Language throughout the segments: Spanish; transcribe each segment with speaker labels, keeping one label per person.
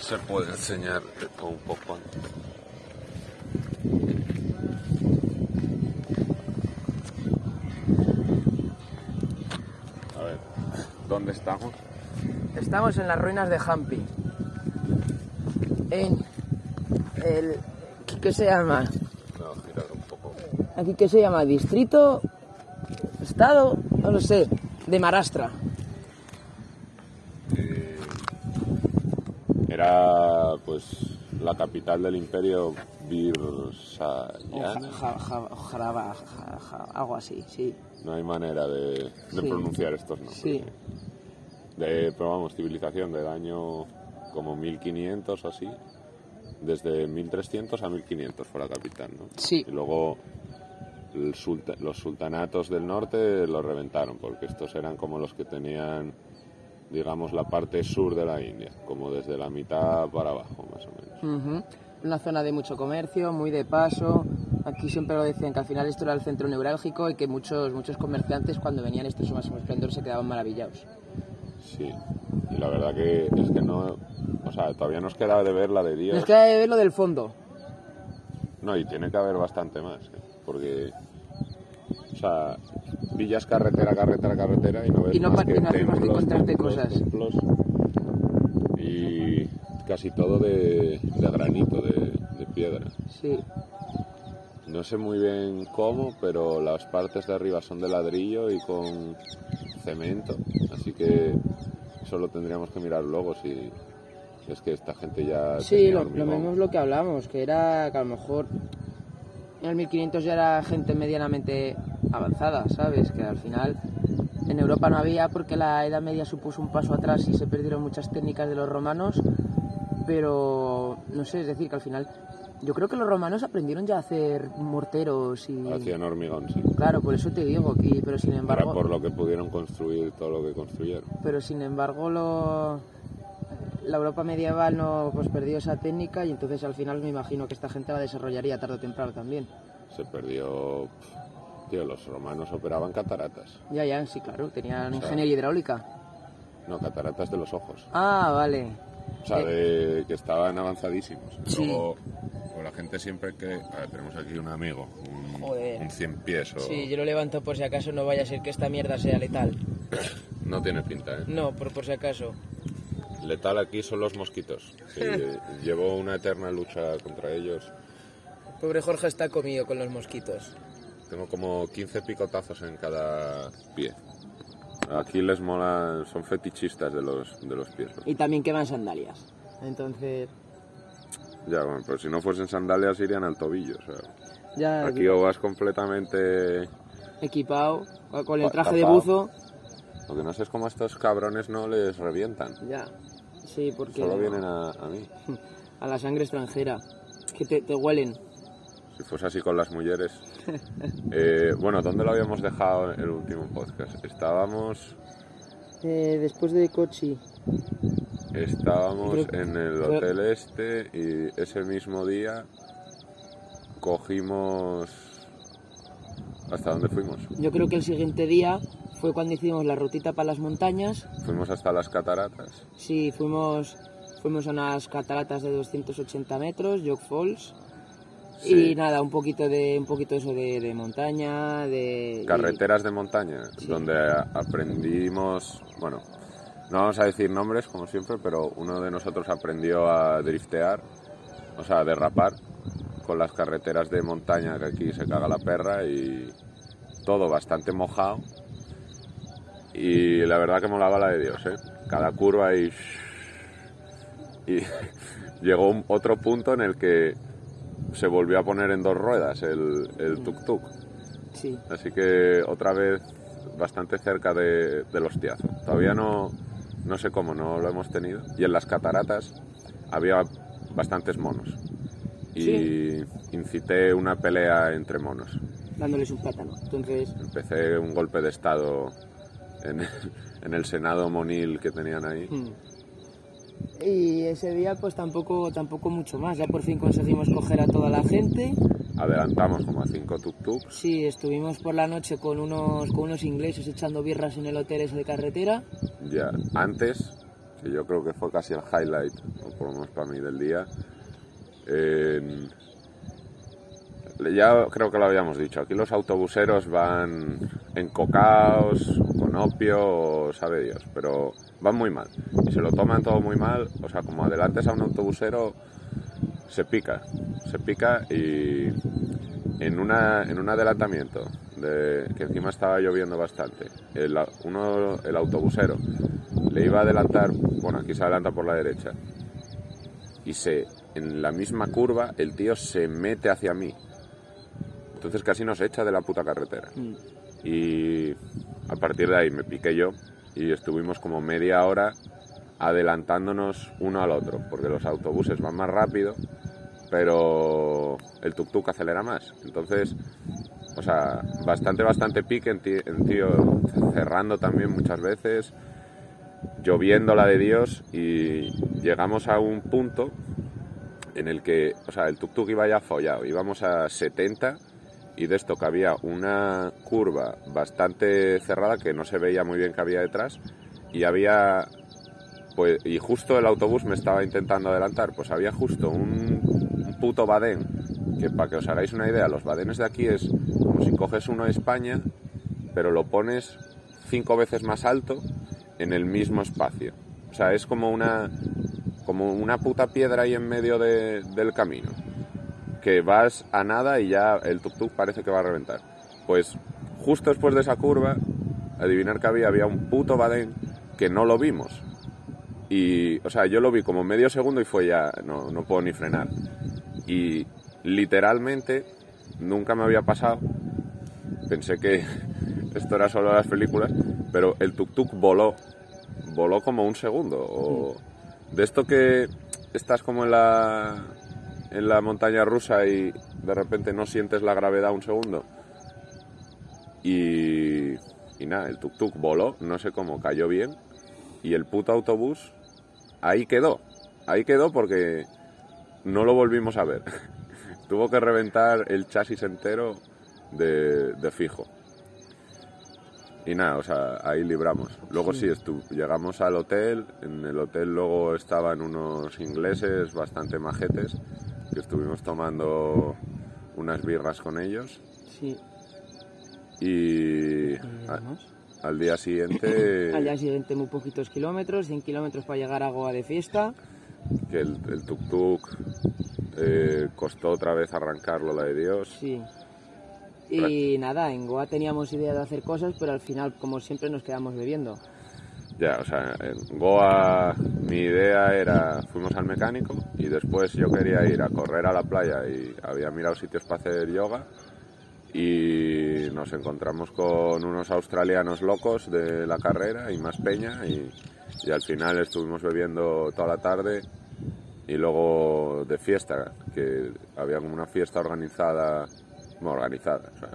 Speaker 1: se puede enseñar de todo un poco. A ver, ¿dónde estamos?
Speaker 2: Estamos en las ruinas de Hampi. En el ¿qué se llama?
Speaker 1: No, girar un poco.
Speaker 2: Aquí qué se llama distrito, estado, no lo sé, de Marastra.
Speaker 1: Eh, era pues la capital del imperio
Speaker 2: O ja-
Speaker 1: Virsayana.
Speaker 2: ja- ja- jaraba, ja- ja- algo así, sí.
Speaker 1: No hay manera de, de
Speaker 2: Sí.
Speaker 1: pronunciar estos nombres.
Speaker 2: Sí.
Speaker 1: De, pero vamos, civilización del año como 1500 o así. Desde 1300 a 1500 fue la capital, ¿no?
Speaker 2: Sí.
Speaker 1: Y luego el sulta- los sultanatos del norte los reventaron, porque estos eran como los que tenían, digamos, la parte sur de la India, como desde la mitad para abajo, más o menos.
Speaker 2: Ujú. Una zona de mucho comercio, muy de paso. Aquí siempre lo decían que al final esto era el centro neurálgico y que muchos, muchos comerciantes cuando venían este su máximo esplendor se quedaban maravillados.
Speaker 1: Sí. Y la verdad que es que no. O sea, todavía nos queda de ver la de Dios.
Speaker 2: Nos queda de ver lo del fondo.
Speaker 1: No, y tiene que haber bastante más, ¿eh? porque, o sea, pillas carretera, carretera, carretera y no ves
Speaker 2: Y no
Speaker 1: más
Speaker 2: pa-
Speaker 1: que
Speaker 2: y no haces más que
Speaker 1: templos,
Speaker 2: encontrarte
Speaker 1: templos,
Speaker 2: cosas.
Speaker 1: templos. y casi todo de, de granito, de, de piedra.
Speaker 2: Sí.
Speaker 1: No sé muy bien cómo, pero las partes de arriba son de ladrillo y con cemento, así que solo tendríamos que mirar luego si es que esta gente ya
Speaker 2: Sí,
Speaker 1: tenía
Speaker 2: lo, lo
Speaker 1: hormigón.
Speaker 2: mismo es lo que hablamos, que era que a lo mejor en el 1500 ya era gente medianamente avanzada, ¿sabes? Que al final en Europa no había porque la Edad Media supuso un paso atrás y se perdieron muchas técnicas de los romanos, pero no sé, es decir, que al final yo creo que los romanos aprendieron ya a hacer morteros y...
Speaker 1: Hacían hormigón, sí.
Speaker 2: Claro, por eso te digo, que, pero sin
Speaker 1: Para
Speaker 2: embargo...
Speaker 1: por lo que pudieron construir todo lo que construyeron.
Speaker 2: pero sin embargo lo- la Europa medieval no pues perdió esa técnica y entonces al final me imagino que esta gente la desarrollaría tarde o temprano también.
Speaker 1: Se perdió. pf, Tío, los romanos operaban cataratas.
Speaker 2: Ya, ya, sí, claro, tenían
Speaker 1: sea-
Speaker 2: ingeniería hidráulica.
Speaker 1: No, cataratas de los ojos.
Speaker 2: Ah, vale.
Speaker 1: O sea, de que estaban avanzadísimos.
Speaker 2: Sí.
Speaker 1: Luego, pues, la gente siempre que. A ver, tenemos aquí un amigo. Un,
Speaker 2: Joder.
Speaker 1: un cien pies o.
Speaker 2: Sí, yo lo levanto por si acaso no vaya a ser que esta mierda sea letal.
Speaker 1: No tiene pinta, ¿eh?
Speaker 2: No, por, por si acaso.
Speaker 1: Letal aquí son los mosquitos. que llevo una eterna lucha contra ellos.
Speaker 2: Pobre Jorge está comido con los mosquitos.
Speaker 1: Tengo como 15 picotazos en cada pie. Aquí les mola. Son fetichistas de los, de los pies. ¿no?
Speaker 2: Y también queman sandalias. Entonces,
Speaker 1: Ya, bueno, pero si no fuesen sandalias irían al tobillo. O sea.
Speaker 2: Ah, ya
Speaker 1: Aquí o vas completamente...
Speaker 2: equipado, con el
Speaker 1: Pa-
Speaker 2: traje de
Speaker 1: tapado.
Speaker 2: buzo.
Speaker 1: Lo que no sé es cómo a estos cabrones no les revientan.
Speaker 2: Ya. Sí, porque...
Speaker 1: Solo vienen a, a mí.
Speaker 2: a la sangre extranjera. Que te, te huelen.
Speaker 1: Si fuese así con las mujeres. Eh, bueno, ¿dónde lo habíamos dejado en el último podcast? Estábamos...
Speaker 2: Eh, después de Kochi.
Speaker 1: Estábamos
Speaker 2: Creo-
Speaker 1: en el
Speaker 2: creo-
Speaker 1: hotel este y ese mismo día cogimos... ¿Hasta dónde fuimos?
Speaker 2: Yo creo que el siguiente día fue cuando hicimos la rutita para las montañas.
Speaker 1: Fuimos hasta las cataratas.
Speaker 2: Sí, fuimos, fuimos a unas cataratas de 280 metros, York Falls.
Speaker 1: Sí.
Speaker 2: Y nada, un poquito de, un poquito eso de, de montaña, de... y-
Speaker 1: Carreteras de montaña,
Speaker 2: Sí.
Speaker 1: donde aprendimos, bueno, no vamos a decir nombres como siempre, pero uno de nosotros aprendió a driftear, o sea, a derrapar con las carreteras de montaña que aquí se caga la perra y todo bastante mojado. Y la verdad que molaba la de Dios, ¿eh? Cada curva y... Y llegó un- otro punto en el que se volvió a poner en dos ruedas el, el tuk-tuk.
Speaker 2: Sí.
Speaker 1: Así que otra vez bastante cerca de, del hostiazo. Todavía no, no sé cómo, no lo hemos tenido. Y en las cataratas había bastantes monos. Y
Speaker 2: Sí.
Speaker 1: incité una pelea entre monos.
Speaker 2: Dándoles un plátano. Entonces,
Speaker 1: Empecé un golpe de estado en, en el Senado monil que tenían ahí.
Speaker 2: hmm. Y ese día pues tampoco, tampoco mucho más. Ya por fin conseguimos coger a toda la gente.
Speaker 1: Adelantamos como a cinco tuk-tuks.
Speaker 2: Sí, estuvimos por la noche con unos, con unos ingleses echando birras en el hotel ese de carretera.
Speaker 1: Ya antes, que yo creo que fue casi el highlight, o por lo menos para mí, del día. En- ya creo que lo habíamos dicho, aquí los autobuseros van encocados, con opio, o sabe Dios, pero van muy mal. Y se lo toman todo muy mal, o sea, como adelantes a un autobusero, se pica, se pica y en, una, en un adelantamiento, de, que encima estaba lloviendo bastante, el, a- uno, el autobusero le iba a adelantar, bueno, aquí se adelanta por la derecha, y se, en la misma curva el tío se mete hacia mí. Entonces casi nos echa de la puta carretera.
Speaker 2: Mm.
Speaker 1: Y a partir de ahí me piqué yo y estuvimos como media hora adelantándonos uno al otro, porque los autobuses van más rápido, pero el tuk-tuk acelera más. Entonces, o sea, bastante, bastante pique en ti- en tío, cerrando también muchas veces, lloviendo la de Dios y llegamos a un punto en el que, o sea, el tuk-tuk iba ya follado, íbamos a 70 y de esto que había una curva bastante cerrada que no se veía muy bien que había detrás y había pues y justo el autobús me estaba intentando adelantar, pues había justo un, un puto badén que para que os hagáis una idea, los badenes de aquí es como si coges uno de España, pero lo pones cinco veces más alto en el mismo espacio. O sea, es como una como una puta piedra ahí en medio de- del camino. Que vas a nada y ya el tuk-tuk parece que va a reventar. Pues justo después de esa curva, adivinar que había, había un puto badén que no lo vimos. Y, o sea, yo lo vi como medio segundo y fue ya, no, no puedo ni frenar. Y literalmente nunca me había pasado. Pensé que esto era solo las películas, pero el tuk-tuk voló. Voló como un segundo. O de esto que estás como en la, en la montaña rusa y de repente no sientes la gravedad un segundo. Y, y nada, el tuk-tuk voló, no sé cómo, cayó bien. Y el puto autobús ahí quedó. Ahí quedó porque no lo volvimos a ver. Tuvo que reventar el chasis entero de, de fijo. Y nada, o sea, ahí libramos. Luego sí, estu- llegamos al hotel. En el hotel luego estaban unos ingleses bastante majetes que estuvimos tomando unas birras con ellos.
Speaker 2: Sí. eh,
Speaker 1: Y a-
Speaker 2: Además,
Speaker 1: al día siguiente,
Speaker 2: Al día siguiente muy poquitos kilómetros, 100 kilómetros para llegar a Goa de fiesta.
Speaker 1: que el, el tuk-tuk eh, costó otra vez arrancarlo, la de Dios.
Speaker 2: Sí. Y nada, en Goa teníamos idea de hacer cosas, pero al final, como siempre, nos quedamos bebiendo.
Speaker 1: Ya, o sea, en Goa mi idea era, fuimos al mecánico y después yo quería ir a correr a la playa y había mirado sitios para hacer yoga y nos encontramos con unos australianos locos de la carrera y más peña y, y al final estuvimos bebiendo toda la tarde y luego de fiesta, que había como una fiesta organizada, bueno, organizada, o sea,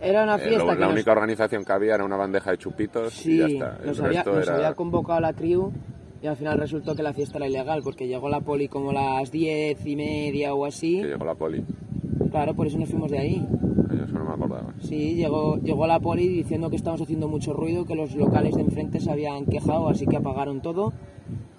Speaker 2: Era una
Speaker 1: eh, lo-
Speaker 2: fiesta que
Speaker 1: la
Speaker 2: nos-
Speaker 1: única organización que había era una bandeja de chupitos y
Speaker 2: Sí,
Speaker 1: ya está. El
Speaker 2: nos, había,
Speaker 1: resto
Speaker 2: nos
Speaker 1: era-
Speaker 2: había convocado la crew y al final resultó que la fiesta era ilegal porque llegó la poli como a las diez y media o así.
Speaker 1: que llegó la poli.
Speaker 2: Claro, por eso nos fuimos de ahí.
Speaker 1: Yo eso no me acordaba. Ah,
Speaker 2: Sí, llegó, llegó la poli diciendo que estábamos haciendo mucho ruido, que los locales de enfrente se habían quejado, así que apagaron todo.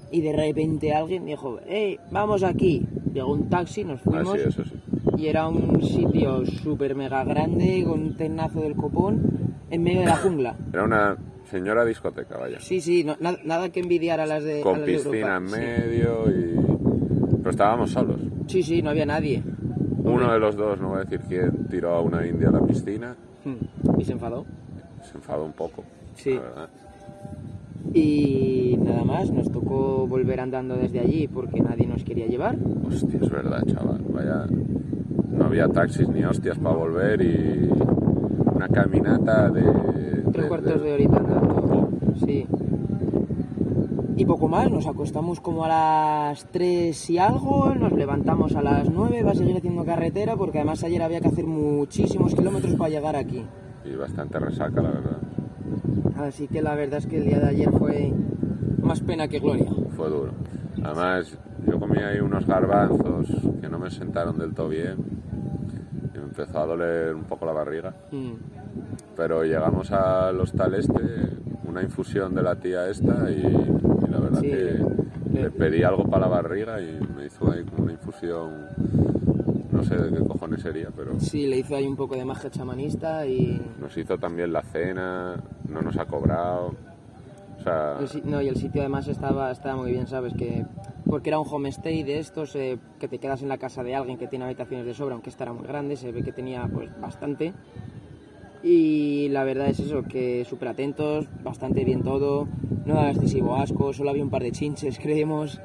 Speaker 2: Y de repente alguien dijo, ¡Ey, vamos aquí! Llegó un taxi, nos
Speaker 1: Ah,
Speaker 2: fuimos
Speaker 1: sí, eso sí.
Speaker 2: y era un sitio súper mega grande con un tenazo del copón en medio de la jungla.
Speaker 1: Era una señora discoteca, vaya.
Speaker 2: Sí, sí, no- na- nada que envidiar a las de, a
Speaker 1: Con
Speaker 2: las de Europa,
Speaker 1: piscina en
Speaker 2: sí.
Speaker 1: medio y... Pero estábamos solos.
Speaker 2: Sí, sí, no había nadie.
Speaker 1: Uno de los dos, no voy a decir quién, tiró a una india a la piscina.
Speaker 2: Hmm. Y se enfadó.
Speaker 1: Se enfadó un poco.
Speaker 2: Sí.
Speaker 1: la verdad.
Speaker 2: Y nada más, nos tocó volver andando desde allí porque nadie nos quería llevar.
Speaker 1: Hostia, es verdad, chaval. Vaya... No había taxis ni hostias para volver y... Una caminata de...
Speaker 2: Tres cuartos de horita andando. Sí. Y poco más, nos acostamos como a las 3 y algo, nos levantamos a las 9, va a seguir haciendo carretera porque además ayer había que hacer muchísimos kilómetros para llegar aquí.
Speaker 1: Y bastante resaca, la verdad.
Speaker 2: Así que la verdad es que el día de ayer fue más pena que gloria.
Speaker 1: Fue duro. Además, yo comí ahí unos garbanzos que no me sentaron del todo bien. Y me empezó a doler un poco la barriga.
Speaker 2: Mm.
Speaker 1: Pero llegamos al hostal este, un una infusión de la tía esta y, y la verdad
Speaker 2: Sí.
Speaker 1: que le pedí algo para la barriga y me hizo ahí como una infusión, no sé de qué cojones sería, pero
Speaker 2: Sí, le hizo ahí un poco de magia chamanista y.
Speaker 1: nos hizo también la cena, no nos ha cobrado, o sea,
Speaker 2: el si- no, y el sitio además estaba, estaba muy bien, ¿sabes? que Porque era un homestay de estos eh, que te quedas en la casa de alguien que tiene habitaciones de sobra, aunque esta era muy grande, se ve que tenía pues bastante. Y la verdad es eso, que súper atentos, bastante bien todo, no daba excesivo asco, solo había un par de chinches, creemos.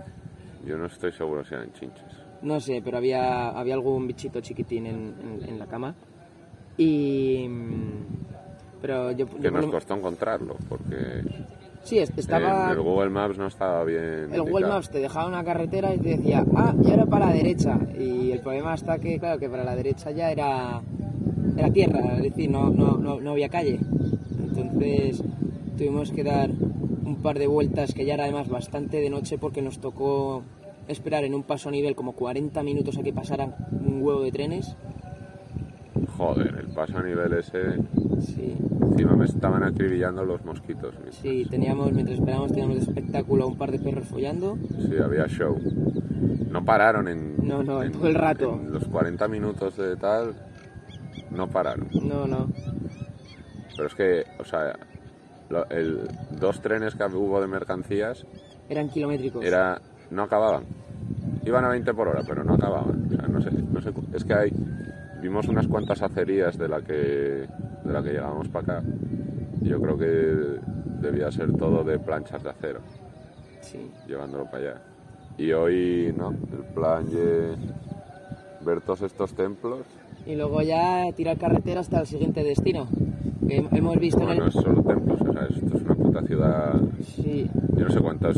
Speaker 1: yo no estoy seguro si eran chinches.
Speaker 2: No sé, pero había, había algún bichito chiquitín en, en- en la cama. Y. mm, Pero yo. yo
Speaker 1: Que
Speaker 2: por
Speaker 1: nos
Speaker 2: lo-
Speaker 1: costó encontrarlo, porque
Speaker 2: sí, es- estaba.
Speaker 1: en el Eh, Google Maps no estaba bien.
Speaker 2: El Google
Speaker 1: indicado.
Speaker 2: Maps te dejaba una carretera y te decía, ah, y ahora para la derecha. Y el problema está que, claro, que para la derecha ya era, era tierra, es decir, no, no, no, no había calle. Entonces tuvimos que dar un par de vueltas, que ya era además bastante de noche porque nos tocó esperar en un paso a nivel como 40 minutos a que pasaran un huevo de trenes.
Speaker 1: Joder, el paso a nivel ese.
Speaker 2: Sí,
Speaker 1: Encima me estaban acribillando los mosquitos.
Speaker 2: sí, teníamos, mientras esperábamos, teníamos de espectáculo a un par de perros follando.
Speaker 1: Sí, había show. No pararon en.
Speaker 2: No, no,
Speaker 1: en-
Speaker 2: todo el rato.
Speaker 1: en los 40 minutos de tal, no pararon.
Speaker 2: No, no,
Speaker 1: Pero es que, o sea, lo- el, dos trenes que hubo de mercancías
Speaker 2: eran kilométricos.
Speaker 1: era no acababan. Iban a 20 por hora, pero no acababan. O sea, no sé, no sé, cu- es que hay vimos unas cuantas acerías de la que de la que llegábamos para acá. Y Yo creo que debía ser todo de planchas de acero,
Speaker 2: Sí.
Speaker 1: llevándolo para allá. Y hoy, no, el plan de ver todos estos templos,
Speaker 2: Y luego ya tirar carretera hasta el siguiente destino. Que hem- hemos visto en
Speaker 1: bueno, no
Speaker 2: el...
Speaker 1: es solo templos, o sea, esto es una puta ciudad,
Speaker 2: Sí,
Speaker 1: yo no sé cuántos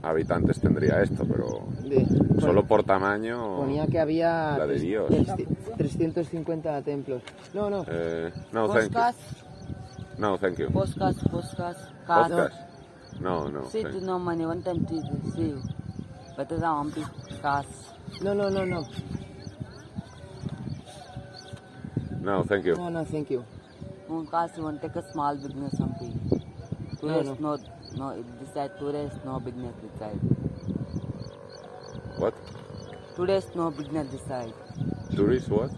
Speaker 1: habitantes tendría esto, pero
Speaker 2: de-
Speaker 1: solo por tamaño
Speaker 2: ponía que había
Speaker 1: La de
Speaker 2: tres-
Speaker 1: Dios.
Speaker 2: tres- 350 templos. No, no,
Speaker 1: eh, no, thank you.
Speaker 3: Podcast,
Speaker 1: No, thank you.
Speaker 3: podcast, podcast, car.
Speaker 1: Podcast. No, no.
Speaker 3: Sit
Speaker 1: thank-
Speaker 3: no money, one time to see you. But it's on podcast.
Speaker 2: no, no, no, no,
Speaker 1: No, thank you.
Speaker 2: no, no, thank you.
Speaker 3: Moncast, you want to take a small business something. Tourist, no, no, this side, tourist, no business this side.
Speaker 1: What?
Speaker 3: Tourist, no business this side.
Speaker 1: Tourist what?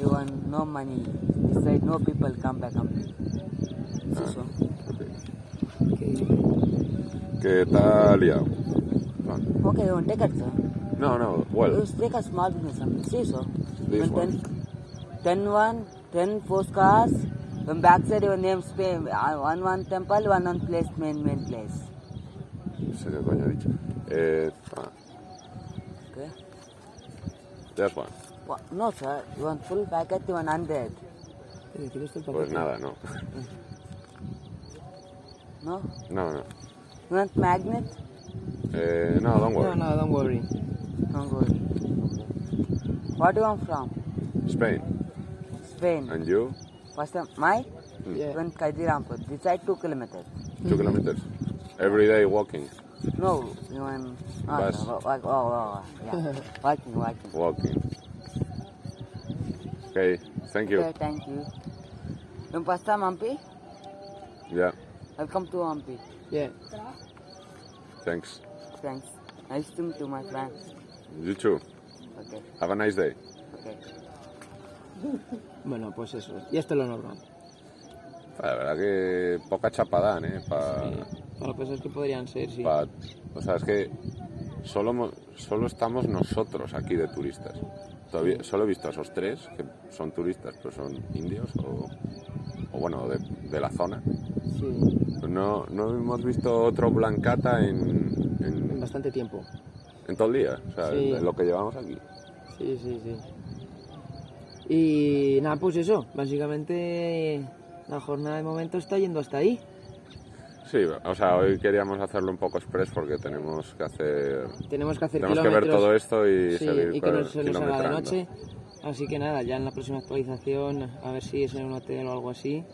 Speaker 3: You want no money. This side, no people come back. Come back.
Speaker 1: Uh.
Speaker 3: So, so.
Speaker 1: ¿Qué tal liado?
Speaker 3: Okay, you want to take it, sir.
Speaker 1: No, no,
Speaker 3: You
Speaker 1: well.
Speaker 3: take a small business something. See, so.
Speaker 1: This
Speaker 3: When
Speaker 1: one.
Speaker 3: Ten, ten one, ten postcards. When back side, your name's uh, one one temple, one one place, main main place.
Speaker 1: No sé qué coño he dicho. Eh, ah,
Speaker 3: Okay.
Speaker 1: just one.
Speaker 3: Wha- No, sir. You want full packet, you want 100.
Speaker 2: Oye, ¿quieres el
Speaker 1: Pues
Speaker 2: paquete?
Speaker 1: nada, no.
Speaker 3: No?
Speaker 1: No, no.
Speaker 3: You want magnet?
Speaker 1: Eh, no, don't
Speaker 2: No,
Speaker 1: worry.
Speaker 2: no, don't worry.
Speaker 3: No good. Okay. What you want from?
Speaker 1: Spain.
Speaker 3: Spain.
Speaker 1: And you?
Speaker 3: First time, my?
Speaker 2: Yeah.
Speaker 3: You want Kajirampur. This side 2 kilometers.
Speaker 1: Two kilometers. Every day walking.
Speaker 3: No, you want... Oh,
Speaker 1: Bus.
Speaker 3: wa- wa- wa- wa- wa- yeah. walking, walking.
Speaker 1: Walking. Okay, thank you.
Speaker 3: Okay, thank you. You first time Hampi?
Speaker 1: Yeah,
Speaker 3: Welcome to Hampi.
Speaker 2: Yeah.
Speaker 1: thanks.
Speaker 3: Thanks. Nice to meet you, my friend.
Speaker 1: You too.
Speaker 3: Okay,
Speaker 1: Have a nice day.
Speaker 3: okay.
Speaker 2: Bueno, pues eso. Y esto es lo normal.
Speaker 1: La verdad que poca chapadán, ¿eh? Pa...
Speaker 2: Para cosas pues que podrían ser, sí.
Speaker 1: Pa- o sea, es que solo, mo- solo estamos nosotros aquí de turistas. Todavía, solo he visto a esos tres, que son turistas, pero son indios o, o bueno, de, de la zona.
Speaker 2: Sí.
Speaker 1: No, no hemos visto otro blancata en,
Speaker 2: En
Speaker 1: en,
Speaker 2: bastante tiempo.
Speaker 1: en todo el día, o sea,
Speaker 2: Sí.
Speaker 1: en lo que llevamos aquí.
Speaker 2: Sí, sí, sí. Y nada, pues eso. Básicamente la jornada de momento está yendo hasta ahí.
Speaker 1: Sí, o sea, hoy queríamos hacerlo un poco express porque tenemos que hacer...
Speaker 2: Tenemos que hacer
Speaker 1: Tenemos que
Speaker 2: kilómetros.
Speaker 1: ver todo esto y
Speaker 2: Sí,
Speaker 1: seguir
Speaker 2: y que no
Speaker 1: con-
Speaker 2: se nos haga de
Speaker 1: kilometrando.
Speaker 2: noche. Así que nada, ya en la próxima actualización, a ver si es en un hotel o algo así. En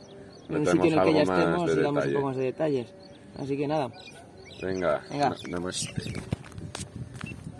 Speaker 2: un
Speaker 1: Metemos
Speaker 2: sitio en el que ya
Speaker 1: algo más
Speaker 2: estemos
Speaker 1: de
Speaker 2: y damos un
Speaker 1: detalle.
Speaker 2: poco más de detalles. Así que nada,
Speaker 1: Venga,
Speaker 2: Venga.
Speaker 1: namaste.